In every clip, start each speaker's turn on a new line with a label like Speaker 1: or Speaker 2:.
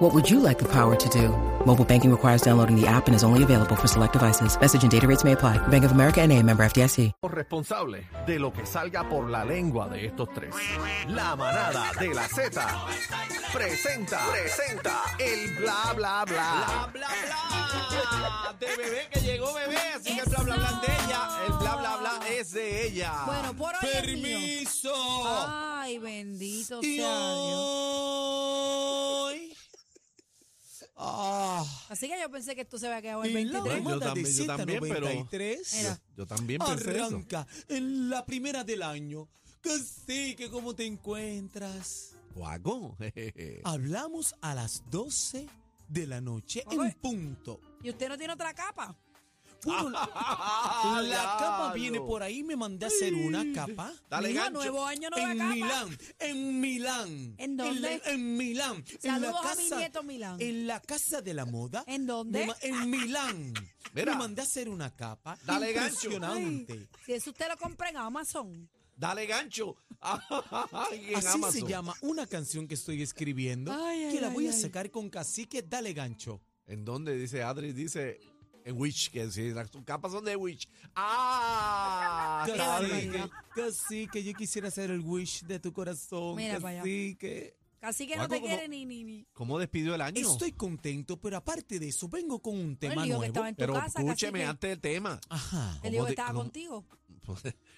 Speaker 1: What would you like the power to do? Mobile banking requires downloading the app and is only available for select devices. Message and data rates may apply. Bank of America and a member FDIC.
Speaker 2: responsable de lo que salga por la lengua de estos tres. La manada de la Z presenta, presenta el bla bla
Speaker 3: Bla,
Speaker 2: bla.
Speaker 3: bla, bla. De bebé que llegó bebé. Así que el bla, bla, bla es de ella. El bla, bla, bla es de ella.
Speaker 4: Bueno, por hoy es mío. Ah,
Speaker 3: Permiso.
Speaker 4: Ay, bendito
Speaker 3: y
Speaker 4: sea Dios.
Speaker 3: hoy. Ah.
Speaker 4: Así que yo pensé que esto se había quedado el
Speaker 3: en la
Speaker 4: 23.
Speaker 5: Yo
Speaker 3: banda de
Speaker 5: también- yo también, pero-
Speaker 3: Z93,
Speaker 4: Mira.
Speaker 5: Yo también pensé eso.
Speaker 3: Arranca en la primera del año. Que sí, que cómo te encuentras.
Speaker 5: Guaco. jejeje.
Speaker 3: Hablamos a las 12 de la noche en
Speaker 4: Ok.
Speaker 3: punto.
Speaker 4: Y usted no tiene otra capa.
Speaker 3: Bueno, la la capa viene por ahí, me mandé a hacer una capa.
Speaker 4: Dale
Speaker 3: Mira,
Speaker 4: gancho. nuevo año, nueva
Speaker 3: en
Speaker 4: capa.
Speaker 3: Milán, en Milán.
Speaker 4: ¿En dónde?
Speaker 3: En, en Milán. en la
Speaker 4: Saludos a
Speaker 3: casa,
Speaker 4: mi nieto Milán.
Speaker 3: En la casa de la moda.
Speaker 4: ¿En dónde?
Speaker 3: Me ma- En Milán.
Speaker 2: Mira.
Speaker 3: Me mandé a hacer una capa.
Speaker 2: Dale gancho.
Speaker 3: impresionante.
Speaker 4: Ay, si eso usted lo compra en Amazon.
Speaker 2: Dale gancho. Ay, en
Speaker 3: Así se
Speaker 2: Amazon.
Speaker 3: llama una canción que estoy escribiendo
Speaker 4: Ay, ay,
Speaker 3: que la
Speaker 4: ay,
Speaker 3: voy a
Speaker 4: ay.
Speaker 3: sacar con cacique. Dale gancho.
Speaker 2: ¿En dónde? Dice Adri, dice en Witch, que si las capas son de Witch. Ah,
Speaker 4: Qué
Speaker 2: Adri.
Speaker 3: Cacique,
Speaker 4: barbaridad.
Speaker 3: cacique, yo quisiera hacer el wish de tu corazón.
Speaker 4: Mira para allá.
Speaker 3: cacique.
Speaker 4: Casi que no
Speaker 2: Guaco,
Speaker 4: te quiere
Speaker 2: ¿cómo?
Speaker 4: ni ni ni.
Speaker 2: ¿Cómo despidió el año?
Speaker 3: Estoy contento, pero aparte de eso, vengo con un
Speaker 4: No, él
Speaker 3: tema
Speaker 4: dijo que
Speaker 3: nuevo.
Speaker 4: estaba en tu
Speaker 2: Pero
Speaker 4: casa. casi
Speaker 2: escúcheme
Speaker 4: que-
Speaker 2: antes del tema.
Speaker 3: Ajá.
Speaker 4: Él
Speaker 2: ¿Cómo
Speaker 4: dijo que
Speaker 2: de-
Speaker 4: estaba
Speaker 2: no?
Speaker 4: contigo.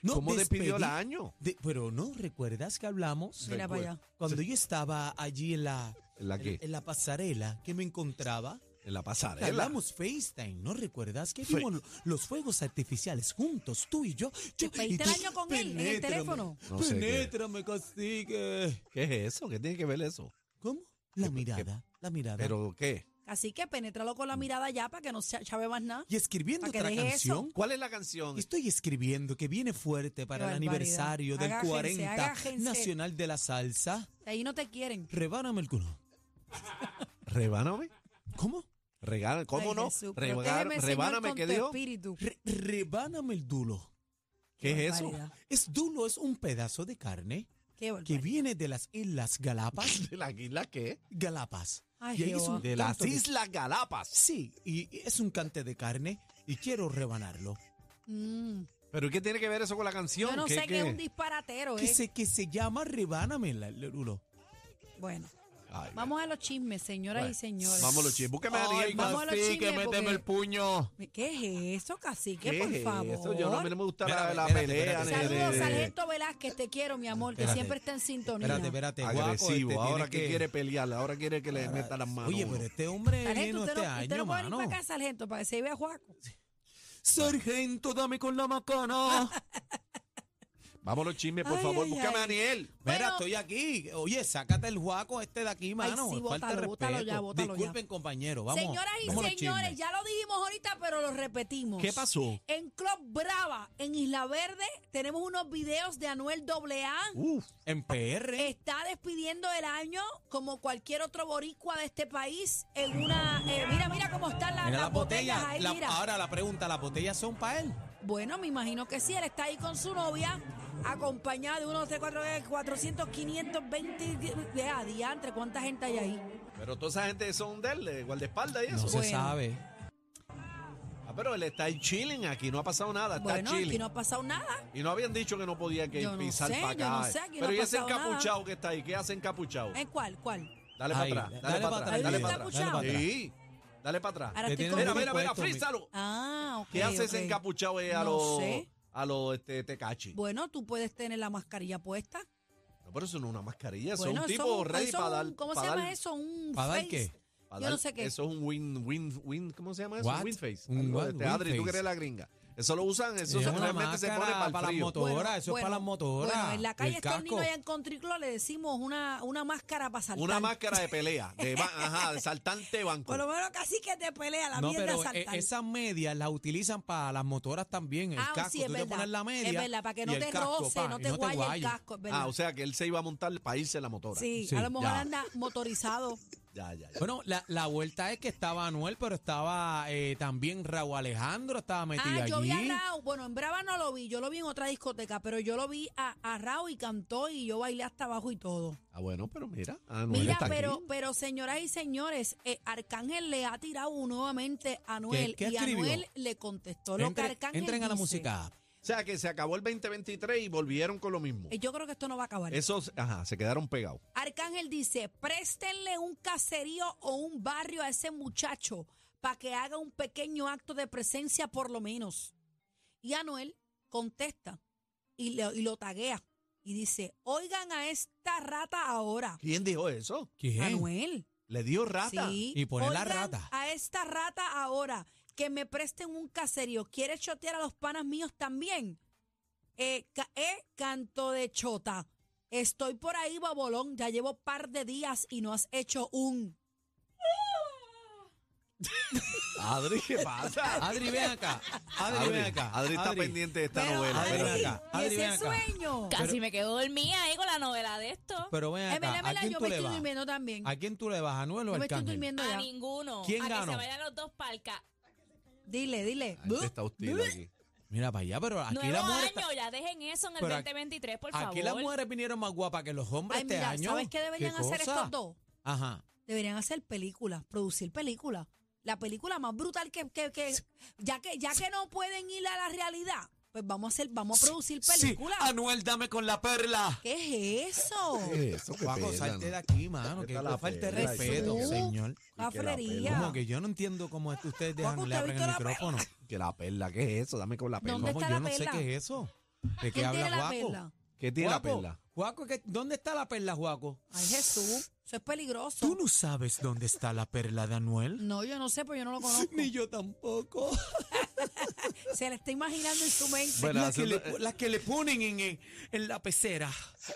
Speaker 3: No,
Speaker 2: ¿Cómo despidió el
Speaker 3: despedí-
Speaker 2: año?
Speaker 3: De- pero no, ¿recuerdas que hablamos?
Speaker 4: Mira para allá.
Speaker 3: Cuando yo estaba allí en la,
Speaker 2: ¿En la qué?
Speaker 3: en la pasarela que me encontraba,
Speaker 2: En la pasarela.
Speaker 3: hablamos FaceTime, ¿no recuerdas? Que
Speaker 2: Fe-
Speaker 3: vimos lo- los fuegos artificiales juntos, tú y yo. yo y
Speaker 4: ¿Despediste
Speaker 3: tú,
Speaker 4: el año con él en el
Speaker 3: penétrame,
Speaker 4: teléfono?
Speaker 2: No sé qué.
Speaker 3: penétrame, cacique.
Speaker 2: ¿Qué es eso? ¿Qué tiene que ver eso?
Speaker 3: ¿Cómo? La
Speaker 2: Que- que-
Speaker 3: mirada, la mirada.
Speaker 2: ¿Pero qué?
Speaker 4: Así que penétralo
Speaker 2: Mm.
Speaker 4: con la mirada ya para que no se chabe más nada.
Speaker 3: y escribiendo
Speaker 4: ¿Para que
Speaker 3: otra
Speaker 4: deje eso?
Speaker 3: canción,
Speaker 2: ¿Cuál es la canción?
Speaker 3: Estoy escribiendo que viene fuerte para el
Speaker 4: barbaridad.
Speaker 3: aniversario del
Speaker 4: Agájense,
Speaker 3: 40
Speaker 4: agájense.
Speaker 3: Nacional de la Salsa.
Speaker 4: De ahí no te quieren.
Speaker 3: Rebáname el culo.
Speaker 2: Rebáname.
Speaker 3: ¿Cómo?
Speaker 2: Regala, ¿cómo
Speaker 4: Ay,
Speaker 2: no?
Speaker 4: Jesús,
Speaker 2: Regar-
Speaker 4: protégeme, Señor,
Speaker 2: rebáname,
Speaker 4: con
Speaker 2: ¿qué
Speaker 4: tu
Speaker 2: dijo?
Speaker 4: espíritu.
Speaker 3: Re- rebáname el dulo.
Speaker 2: ¿Qué es eso?
Speaker 4: barbaridad.
Speaker 3: Es dulo, es un pedazo de carne
Speaker 4: Qué
Speaker 3: que
Speaker 4: barbaridad.
Speaker 3: viene de las Islas Galapas.
Speaker 2: ¿De la isla qué?
Speaker 3: Galapas.
Speaker 4: Ay,
Speaker 3: y ahí es
Speaker 4: Jehová.
Speaker 3: un
Speaker 2: De las
Speaker 3: canto de-
Speaker 2: Islas Galapas.
Speaker 3: Sí, y y es un cante de carne y quiero rebanarlo.
Speaker 4: Mm.
Speaker 2: ¿Pero qué tiene que ver eso con la canción?
Speaker 4: Yo no
Speaker 2: ¿Qué-
Speaker 4: sé que
Speaker 2: qué?
Speaker 4: es un disparatero,
Speaker 3: Que
Speaker 4: ¿eh?
Speaker 3: se, que se llama rebáname la- el dulo.
Speaker 4: Bueno,
Speaker 2: Ay,
Speaker 4: vamos a los chismes, señoras y
Speaker 2: Bueno,
Speaker 4: señores.
Speaker 2: Vamos los chismes. Búsqueme a Ariel.
Speaker 4: vamos a los
Speaker 2: Cacique,
Speaker 4: chismes,
Speaker 2: méteme
Speaker 4: porque-
Speaker 2: el puño.
Speaker 4: ¿Qué es eso, cacique?
Speaker 2: ¿Qué
Speaker 4: por
Speaker 2: es
Speaker 4: favor.
Speaker 2: eso? Yo no, a mí no me gusta la,
Speaker 3: Espérate,
Speaker 2: la
Speaker 3: espérate,
Speaker 2: pelea.
Speaker 3: espérate.
Speaker 2: ni- ni-
Speaker 4: Saludos,
Speaker 2: ni-
Speaker 4: Sargento Velázquez, te quiero, mi amor, que
Speaker 3: Eh, Espérate.
Speaker 4: siempre está en sintonía.
Speaker 3: Espérate, espérate, guaco,
Speaker 2: Agresivo.
Speaker 3: este,
Speaker 2: ahora
Speaker 3: tienes
Speaker 2: que, quiere pelear, ahora quiere que le meta las manos.
Speaker 3: Oye, pero este hombre
Speaker 4: Sargento,
Speaker 3: vino
Speaker 4: usted,
Speaker 3: este
Speaker 4: no, usted
Speaker 3: año,
Speaker 4: no puede venir
Speaker 3: mano.
Speaker 4: para acá, sargento, para que se vea Juaco.
Speaker 3: Sargento, dame con la macana.
Speaker 2: Vamos a los chismes, por
Speaker 4: Ay,
Speaker 2: favor.
Speaker 4: ay,
Speaker 2: Búscame a
Speaker 4: ay.
Speaker 2: Daniel.
Speaker 3: Mira,
Speaker 4: Bueno.
Speaker 3: estoy aquí. Oye, sácate el guaco este de aquí, mano.
Speaker 4: sí,
Speaker 3: Falta de
Speaker 4: bótalo, bótalo
Speaker 3: respeto.
Speaker 4: ya, bótalo ya.
Speaker 3: Disculpen, compañero. Vamos.
Speaker 4: Señoras y
Speaker 3: vamos a los
Speaker 4: señores,
Speaker 3: chismes.
Speaker 4: ya lo dijimos ahorita, pero lo repetimos.
Speaker 2: ¿Qué pasó?
Speaker 4: En Club Brava, en Isla Verde, tenemos unos videos de Anuel AA.
Speaker 2: Uf,
Speaker 3: En PR.
Speaker 4: Está despidiendo el año como cualquier otro boricua de este país en una... eh, mira, mira cómo están las,
Speaker 3: Mira
Speaker 4: las
Speaker 3: las
Speaker 4: botellas,
Speaker 3: botellas.
Speaker 4: ahí,
Speaker 3: La-
Speaker 4: mira.
Speaker 3: ahora la pregunta, ¿las botellas son para él?
Speaker 4: Bueno, me imagino que sí. Él está ahí con su novia, acompañada de unos 3, 4, 400, 520 de adiantre. ah, ¿Cuánta gente hay ahí?
Speaker 2: pero toda esa gente son de él, de guardaespaldas y
Speaker 3: No
Speaker 2: eso.
Speaker 3: se
Speaker 4: Bueno.
Speaker 3: sabe.
Speaker 2: Ah, pero él está ahí chilling aquí, no ha pasado nada, está
Speaker 4: Bueno,
Speaker 2: chilling.
Speaker 4: aquí no ha pasado nada.
Speaker 2: Y no habían dicho que no podía que
Speaker 4: Yo no
Speaker 2: pisar
Speaker 4: sé,
Speaker 2: para
Speaker 4: yo
Speaker 2: acá.
Speaker 4: no sé, aquí no
Speaker 2: Pero
Speaker 4: ha
Speaker 2: ¿y ese
Speaker 4: pasado
Speaker 2: encapuchado que está ahí? ¿Qué hace encapuchado?
Speaker 4: ¿En ¿Eh, cuál? ¿Cuál?
Speaker 2: Dale
Speaker 3: Ay,
Speaker 2: para atrás, dale, para atrás, dale para atrás.
Speaker 4: dale pa' atrás.
Speaker 2: Sí, dale para atrás.
Speaker 4: Ahora
Speaker 3: Le
Speaker 4: estoy
Speaker 3: tienen
Speaker 4: con-
Speaker 2: Mira,
Speaker 3: un
Speaker 2: mira, mira,
Speaker 3: impuesto, mi-
Speaker 2: frízalo.
Speaker 4: Ah, ok.
Speaker 2: ¿Qué hace ese
Speaker 4: ok.
Speaker 2: encapuchado ahí a
Speaker 4: No
Speaker 2: los
Speaker 4: sé.
Speaker 2: a los este tecachi?
Speaker 4: Bueno, tú puedes tener la mascarilla puesta.
Speaker 2: No, pero eso no es una mascarilla, eso es
Speaker 4: bueno,
Speaker 2: un
Speaker 4: son-
Speaker 2: tipo
Speaker 4: hoy
Speaker 2: ready
Speaker 4: son
Speaker 2: para
Speaker 4: un-
Speaker 2: dar.
Speaker 4: ¿Cómo
Speaker 2: para
Speaker 4: se llama
Speaker 2: dar-
Speaker 4: eso? ¿Un
Speaker 3: ¿Para dar
Speaker 4: face?
Speaker 3: qué?
Speaker 2: para
Speaker 4: Yo
Speaker 2: dar-
Speaker 4: no sé qué.
Speaker 2: Eso es un win, win, win, ¿cómo se llama eso?
Speaker 3: What?
Speaker 2: Un win face.
Speaker 3: Un
Speaker 2: Algo
Speaker 3: what?
Speaker 2: de este,
Speaker 3: Win
Speaker 2: Adri, tú
Speaker 3: face.
Speaker 2: que eres la gringa. Eso lo usan, eso
Speaker 3: Es
Speaker 2: se-
Speaker 3: una
Speaker 2: realmente se pone
Speaker 3: máscara
Speaker 2: para el
Speaker 3: para las
Speaker 2: frío.
Speaker 3: motos. Motora, eso es para las motoras,
Speaker 4: Bueno, en la
Speaker 3: el
Speaker 4: calle Estornino
Speaker 3: casco.
Speaker 4: allá en Country Club le decimos una, una máscara para saltar.
Speaker 2: Una máscara de pelea, de, ba- ajá, de saltante banco.
Speaker 4: Por lo menos casi que te pelea la
Speaker 3: No,
Speaker 4: mierda
Speaker 3: pero eh,
Speaker 2: e,
Speaker 4: saltar.
Speaker 3: esas medias las utilizan para las motoras también. El
Speaker 4: Ah,
Speaker 3: casco,
Speaker 4: sí,
Speaker 3: tú
Speaker 4: es
Speaker 3: te
Speaker 4: verdad.
Speaker 3: pones la media.
Speaker 4: Es verdad, para que no
Speaker 3: y el
Speaker 4: te
Speaker 3: casco,
Speaker 4: roce,
Speaker 3: pa,
Speaker 4: no
Speaker 3: y
Speaker 4: te guaye el
Speaker 3: guayes.
Speaker 4: casco, es verdad.
Speaker 2: Ah, o sea que él se iba a montar para irse en la motora.
Speaker 4: sí,
Speaker 3: sí,
Speaker 4: a lo mejor
Speaker 2: ya.
Speaker 4: anda motorizado.
Speaker 2: Ya, ya, ya.
Speaker 3: Bueno, la, la vuelta es que estaba Anuel, pero estaba eh, también Raúl Alejandro, estaba metido
Speaker 4: Ah,
Speaker 3: allí.
Speaker 4: yo vi a Rao, bueno, en Brava no lo vi, yo lo vi en otra discoteca, pero yo lo vi a, a Rao y cantó y yo bailé hasta abajo y todo.
Speaker 2: Ah, bueno, pero mira. Anuel
Speaker 4: Mira,
Speaker 2: está aquí.
Speaker 4: pero, pero señoras y señores, eh, Arcángel le ha tirado nuevamente a Anuel
Speaker 3: qué
Speaker 4: y
Speaker 3: escribió?
Speaker 4: Anuel le contestó lo que
Speaker 3: Entre-
Speaker 4: Arcángel
Speaker 3: entren a la
Speaker 4: dice.
Speaker 3: música.
Speaker 2: O sea que se acabó el 2023 y volvieron con lo mismo.
Speaker 4: Eh, Yo creo que esto no va a acabar.
Speaker 2: Esos, ajá, se quedaron pegados.
Speaker 4: Arcángel dice, préstenle un caserío o un barrio a ese muchacho para que haga un pequeño acto de presencia por lo menos. Y Anuel contesta y, le- y lo taguea y dice, oigan a esta rata ahora.
Speaker 2: ¿Quién dijo eso?
Speaker 3: ¿Quién?
Speaker 4: Anuel.
Speaker 2: ¿Le dio rata?
Speaker 4: Sí.
Speaker 3: Y pone la
Speaker 4: Oigan
Speaker 3: rata.
Speaker 4: A esta rata ahora, que me presten un caserío. ¿Quiere chotear a los panas míos también? Eh, ca- eh, canto de chota. Estoy por ahí, babolón. Ya llevo par de días y no has hecho un.
Speaker 2: Adri, ¿qué pasa?
Speaker 3: Adri, ven acá. Adri, ven acá.
Speaker 2: Adri está pendiente de esta
Speaker 4: Pero,
Speaker 2: novela.
Speaker 3: Adri,
Speaker 2: pero-
Speaker 3: ven acá.
Speaker 4: ¿y
Speaker 3: Adri,
Speaker 4: ese
Speaker 3: ven acá.
Speaker 4: sueño.
Speaker 6: Casi me quedo dormida ahí con la novela de esto.
Speaker 3: Pero ven
Speaker 4: Es verdad,
Speaker 3: acá.
Speaker 4: es
Speaker 3: ¿A
Speaker 4: verdad,
Speaker 3: quién
Speaker 4: yo
Speaker 3: tú
Speaker 4: me
Speaker 3: le
Speaker 4: estoy
Speaker 3: vas?
Speaker 4: durmiendo también.
Speaker 3: ¿A quién tú le vas? ¿A Anuel o
Speaker 4: Yo
Speaker 3: a
Speaker 4: me estoy
Speaker 3: Arcángel?
Speaker 4: durmiendo
Speaker 6: a
Speaker 4: ya.
Speaker 6: ninguno.
Speaker 3: ¿Quién
Speaker 6: a
Speaker 3: ganó?
Speaker 6: que se vayan los dos palcas.
Speaker 4: Dile, dile.
Speaker 2: Ay, este está hostil aquí.
Speaker 3: Mira para allá, pero aquí
Speaker 6: Nuevo
Speaker 3: la mujer.
Speaker 6: año, ya dejen eso en el
Speaker 3: Pero aquí-
Speaker 6: 2023, por favor.
Speaker 3: Aquí las mujeres vinieron más guapas que los hombres
Speaker 4: Ay,
Speaker 3: este
Speaker 4: mira,
Speaker 3: año.
Speaker 4: ¿sabes qué deberían hacer
Speaker 3: cosa?
Speaker 4: estos dos?
Speaker 3: Ajá.
Speaker 4: Deberían hacer películas, producir películas. La película más brutal que, que, que- ya que ya que no pueden ir a la realidad, pues vamos a hacer, vamos a producir películas.
Speaker 3: Anuel, dame con la perla.
Speaker 4: ¿Qué es eso?
Speaker 3: Eh,
Speaker 5: Eso que
Speaker 3: Paco,
Speaker 5: pela,
Speaker 3: salte
Speaker 5: ¿no?
Speaker 3: de aquí, mano. Que
Speaker 5: Está la
Speaker 3: falta de
Speaker 5: perla,
Speaker 3: respeto,
Speaker 4: eso.
Speaker 3: señor.
Speaker 4: Cafrería.
Speaker 3: Como que yo no entiendo cómo es que ustedes
Speaker 4: Paco,
Speaker 3: dejan le
Speaker 4: ¿usted ha
Speaker 3: abren
Speaker 4: visto
Speaker 3: el
Speaker 4: la perla?
Speaker 3: micrófono.
Speaker 5: Que la perla, ¿qué es eso? Dame con la perla.
Speaker 4: ¿Dónde
Speaker 3: Como
Speaker 4: está
Speaker 3: yo
Speaker 4: la
Speaker 3: no sé
Speaker 4: perla?
Speaker 3: qué es eso. ¿De qué
Speaker 4: ¿Quién
Speaker 3: habla
Speaker 4: tiene la
Speaker 3: Guaco?
Speaker 4: perla?
Speaker 5: ¿Qué tiene la
Speaker 3: Guaco,
Speaker 5: perla?
Speaker 3: Guaco, ¿qué- ¿dónde está la perla, Guaco?
Speaker 4: Ay, Jesús, eso es peligroso.
Speaker 3: ¿Tú no sabes dónde está la perla de Anuel?
Speaker 4: No, yo no sé, pero yo no lo conozco.
Speaker 3: Ni yo tampoco.
Speaker 4: Se le está imaginando en su mente.
Speaker 2: Bueno, eh,
Speaker 3: Las que,
Speaker 2: asunto-
Speaker 3: le, las que le ponen en, en- en la pecera.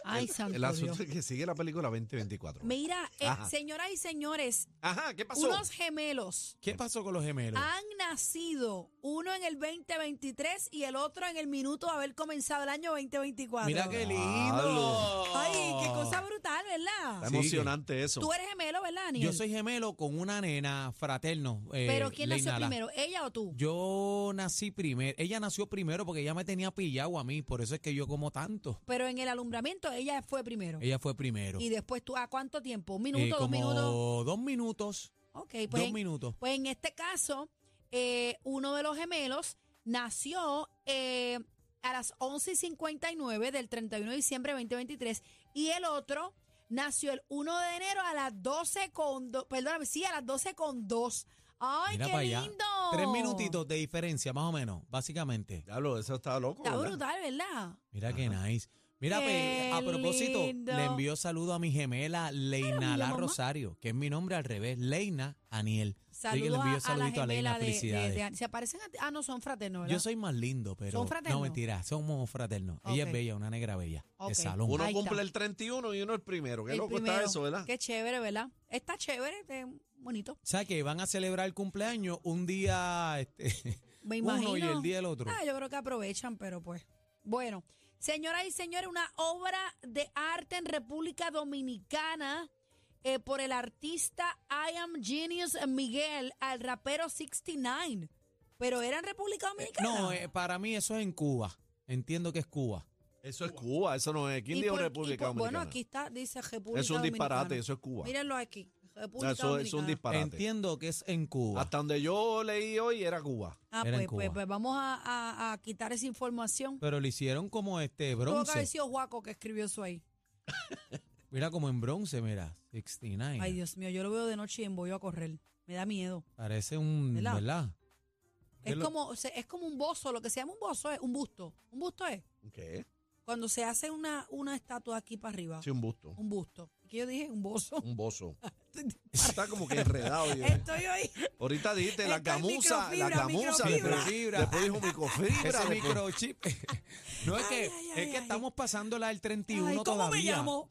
Speaker 4: Ay,
Speaker 2: el,
Speaker 4: santo
Speaker 2: el asunto
Speaker 4: Dios.
Speaker 2: es que sigue la película 2024.
Speaker 4: Mira, eh,
Speaker 2: Ajá.
Speaker 4: señoras y señores,
Speaker 2: Ajá, ¿qué pasó?
Speaker 4: unos gemelos
Speaker 3: ¿Qué pasó con los gemelos?
Speaker 4: han nacido, uno en el 2023 y el otro en el minuto de haber comenzado el año 2024.
Speaker 3: Mira Oh. qué lindo.
Speaker 2: Diablo.
Speaker 4: Ay, qué cosa brutal, ¿verdad?
Speaker 2: Está
Speaker 3: Sigue.
Speaker 2: emocionante eso.
Speaker 4: Tú eres gemelo, ¿verdad, Aniel?
Speaker 3: Yo soy gemelo con una nena fraterno. eh,
Speaker 4: Pero ¿quién nació
Speaker 3: Leinala.
Speaker 4: primero, ella o tú?
Speaker 3: Yo nací primero. Ella nació primero porque ella me tenía pillado a mí. Por eso es que yo como tanto.
Speaker 4: Pero en el alumbramiento ella fue primero.
Speaker 3: Ella fue primero.
Speaker 4: Y después tú, ¿a cuánto tiempo? ¿Un
Speaker 3: Eh,
Speaker 4: minuto, dos
Speaker 3: como
Speaker 4: minutos?
Speaker 3: dos minutos.
Speaker 4: Ok, pues,
Speaker 3: dos
Speaker 4: en,
Speaker 3: minutos.
Speaker 4: pues en este caso, eh, uno de los gemelos nació eh, a las 11 y 59 del 31 de diciembre de 2023 y el otro nació el 1 de enero a las 12 con dos, perdóname, sí, a las 12 con 2. ¡Ay,
Speaker 3: Mira
Speaker 4: qué
Speaker 3: para allá.
Speaker 4: lindo!
Speaker 3: Tres minutitos de diferencia, más o menos, básicamente.
Speaker 2: Diablo, eso está loco.
Speaker 4: Está
Speaker 2: ¿verdad?
Speaker 4: brutal, ¿verdad?
Speaker 3: Mira qué nice. Mira,
Speaker 4: Qué
Speaker 3: pe- a propósito,
Speaker 4: lindo.
Speaker 3: le envío saludo a mi gemela
Speaker 4: mira,
Speaker 3: Leinala
Speaker 4: mamá.
Speaker 3: Rosario, que es mi nombre al revés, Leina Aniel. Así que le
Speaker 4: Saludos
Speaker 3: envío
Speaker 4: a, a la
Speaker 3: saludito a
Speaker 4: gemela
Speaker 3: Leina,
Speaker 4: de, de-
Speaker 3: felicidades.
Speaker 4: de- ¿Se parecen a ti? Ah, no, son fraternos, ¿verdad?
Speaker 3: Yo soy más lindo, pero.
Speaker 4: ¿Son fraternos?
Speaker 3: No, mentira, somos fraternos. Ella
Speaker 4: Ok.
Speaker 3: es bella, una negra bella.
Speaker 4: Ok.
Speaker 3: De salón.
Speaker 2: Uno
Speaker 4: Ahí está.
Speaker 2: cumple el 31 y uno el primero. Qué
Speaker 4: El
Speaker 2: loco
Speaker 4: primero.
Speaker 2: está eso, ¿verdad?
Speaker 4: Qué chévere, ¿verdad? Está chévere, eh, bonito.
Speaker 3: ¿Sabes que van a celebrar el cumpleaños un día este,
Speaker 4: Me imagino.
Speaker 3: uno y el día el otro?
Speaker 4: Ah, yo creo que aprovechan, pero pues. Bueno, señoras y señores, una obra de arte en República Dominicana eh, por el artista I Am Genius Miguel al rapero 69. Pero era en República Dominicana.
Speaker 3: No, eh, para mí eso es en Cuba. Entiendo que es Cuba.
Speaker 2: Eso es Cuba, eso no es. ¿Quién
Speaker 4: Y
Speaker 2: dijo
Speaker 4: por- y
Speaker 2: República
Speaker 4: por-
Speaker 2: Dominicana?
Speaker 4: Bueno, aquí está, dice República
Speaker 2: es un disparate,
Speaker 4: Dominicana.
Speaker 2: eso es Cuba.
Speaker 4: Mírenlo aquí. República
Speaker 2: eso es un
Speaker 4: Dominicana.
Speaker 2: disparate.
Speaker 3: Entiendo que es en Cuba.
Speaker 2: Hasta donde yo leí hoy era Cuba.
Speaker 4: Ah,
Speaker 3: Era en
Speaker 4: pues, pues,
Speaker 3: Cuba.
Speaker 4: pues vamos a, a- a quitar esa información.
Speaker 3: Pero lo hicieron como este
Speaker 4: Tuvo que haber
Speaker 3: bronce.
Speaker 4: sido Juaco que escribió eso ahí.
Speaker 3: Mira como en bronce, mira. 69.
Speaker 4: Ay, Dios mío, yo lo veo de noche y en voy a correr. Me da miedo.
Speaker 3: Parece un,
Speaker 4: ¿Verdad?
Speaker 3: ¿verdad?
Speaker 4: Es
Speaker 3: lo-
Speaker 4: como, se- es como un bozo, lo que se llama un bozo es un busto. Un busto es
Speaker 2: ¿Qué?
Speaker 4: cuando se hace una, una estatua aquí para arriba.
Speaker 2: Sí, un busto.
Speaker 4: Un busto. ¿Qué yo dije? Un bozo.
Speaker 2: Un bozo. Está como que enredado. yo.
Speaker 4: Estoy hoy.
Speaker 2: Ahorita dijiste la
Speaker 4: Esto es
Speaker 2: gamuza, la
Speaker 4: microfibra,
Speaker 2: gamuza.
Speaker 4: microfibra.
Speaker 2: Después, después dijo microfibra.
Speaker 3: Ese
Speaker 2: después-
Speaker 3: microchip. No, es que,
Speaker 4: Ay, ay,
Speaker 3: es
Speaker 4: ay,
Speaker 3: que
Speaker 4: ay.
Speaker 3: estamos pasándola del 31
Speaker 4: Ay, ¿Cómo
Speaker 3: todavía.
Speaker 4: me llamo?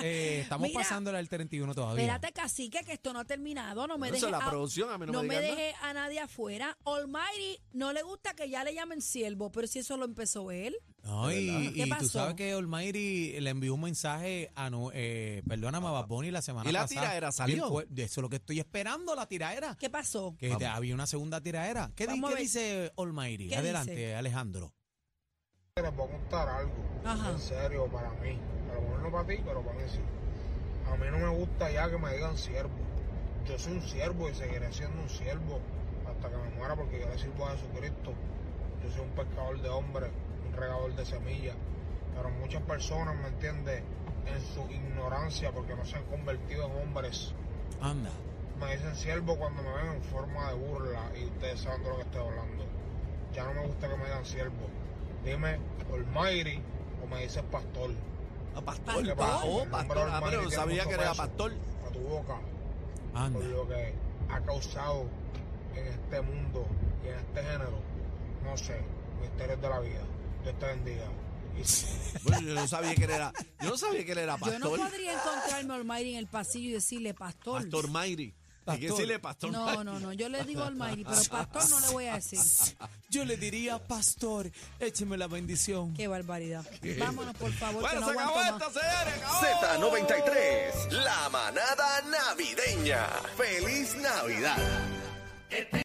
Speaker 3: Eh, estamos
Speaker 4: Mira.
Speaker 3: pasándola del 31 todavía.
Speaker 4: Espérate, cacique, que esto no ha terminado. No me
Speaker 2: Bueno,
Speaker 4: dejes
Speaker 2: eso es la
Speaker 4: a-
Speaker 2: producción, a mí no
Speaker 4: no
Speaker 2: me
Speaker 4: me
Speaker 2: digan nada.
Speaker 4: deje a nadie afuera. Almighty no le gusta que ya le llamen siervo, pero si eso lo empezó él.
Speaker 3: No, y,
Speaker 4: ¿Qué
Speaker 3: y tú
Speaker 4: pasó?
Speaker 3: sabes que Almighty le envió un mensaje a no, eh, perdóname a Bad Bunny la semana
Speaker 2: ¿Y la
Speaker 3: pasada.
Speaker 2: tiraera salió?
Speaker 3: Bien fu- Eso es lo que estoy esperando, la tiraera.
Speaker 4: ¿Qué pasó?
Speaker 3: Que te- había una segunda tiraera. ¿Qué, di-
Speaker 4: Vamos
Speaker 3: qué
Speaker 4: a ver.
Speaker 3: dice Almighty?
Speaker 4: ¿Qué
Speaker 3: Adelante,
Speaker 4: dice?
Speaker 3: Alejandro.
Speaker 7: Les voy a contar algo,
Speaker 4: Ajá.
Speaker 7: en serio, para mí. A lo mejor no para ti, pero para mí sí. A mí no me gusta ya que me digan siervo. Yo soy un siervo y seguiré siendo un siervo hasta que me muera porque yo le sirvo a Jesucristo. Yo soy un pescador de hombres, un regador de semillas. Pero muchas personas, ¿me entiendes? En su ignorancia, porque no se han convertido en hombres,
Speaker 3: Anda.
Speaker 7: me dicen siervo cuando me ven en forma de burla y ustedes saben de lo que estoy hablando. Ya no me gusta que me digan siervo. Dime Almighty o me dices pastor.
Speaker 2: Ah,
Speaker 4: ¿Qué
Speaker 2: pastor, pa-
Speaker 4: pasó?
Speaker 2: oh, pastor. Ah, pero no
Speaker 7: Tiene
Speaker 2: sabía
Speaker 7: mucho
Speaker 2: que era
Speaker 7: peso.
Speaker 2: pastor.
Speaker 7: A tu boca por
Speaker 3: Anda.
Speaker 7: lo que ha causado en este mundo y en este género. No sé, misterios de la vida. Dios te bendiga. Y
Speaker 2: Bueno, yo no sabía que él era, yo no sabía que él era
Speaker 4: Yo no
Speaker 2: pastor.
Speaker 4: podría encontrarme a Almighty en el pasillo y decirle pastor.
Speaker 2: pastor Mayri. Hay que
Speaker 3: Pastor.
Speaker 2: decirle pastor
Speaker 4: No, no, no. Yo le digo Almighty, pero pastor no le voy a decir.
Speaker 3: Yo le diría, pastor, écheme la bendición.
Speaker 4: Qué barbaridad. Vámonos, por favor. que
Speaker 2: Bueno,
Speaker 4: no
Speaker 2: se acabó
Speaker 4: aguanto
Speaker 2: esta,
Speaker 4: más.
Speaker 2: señores. acabó.
Speaker 5: Z93, la manada navideña. ¡Feliz Navidad!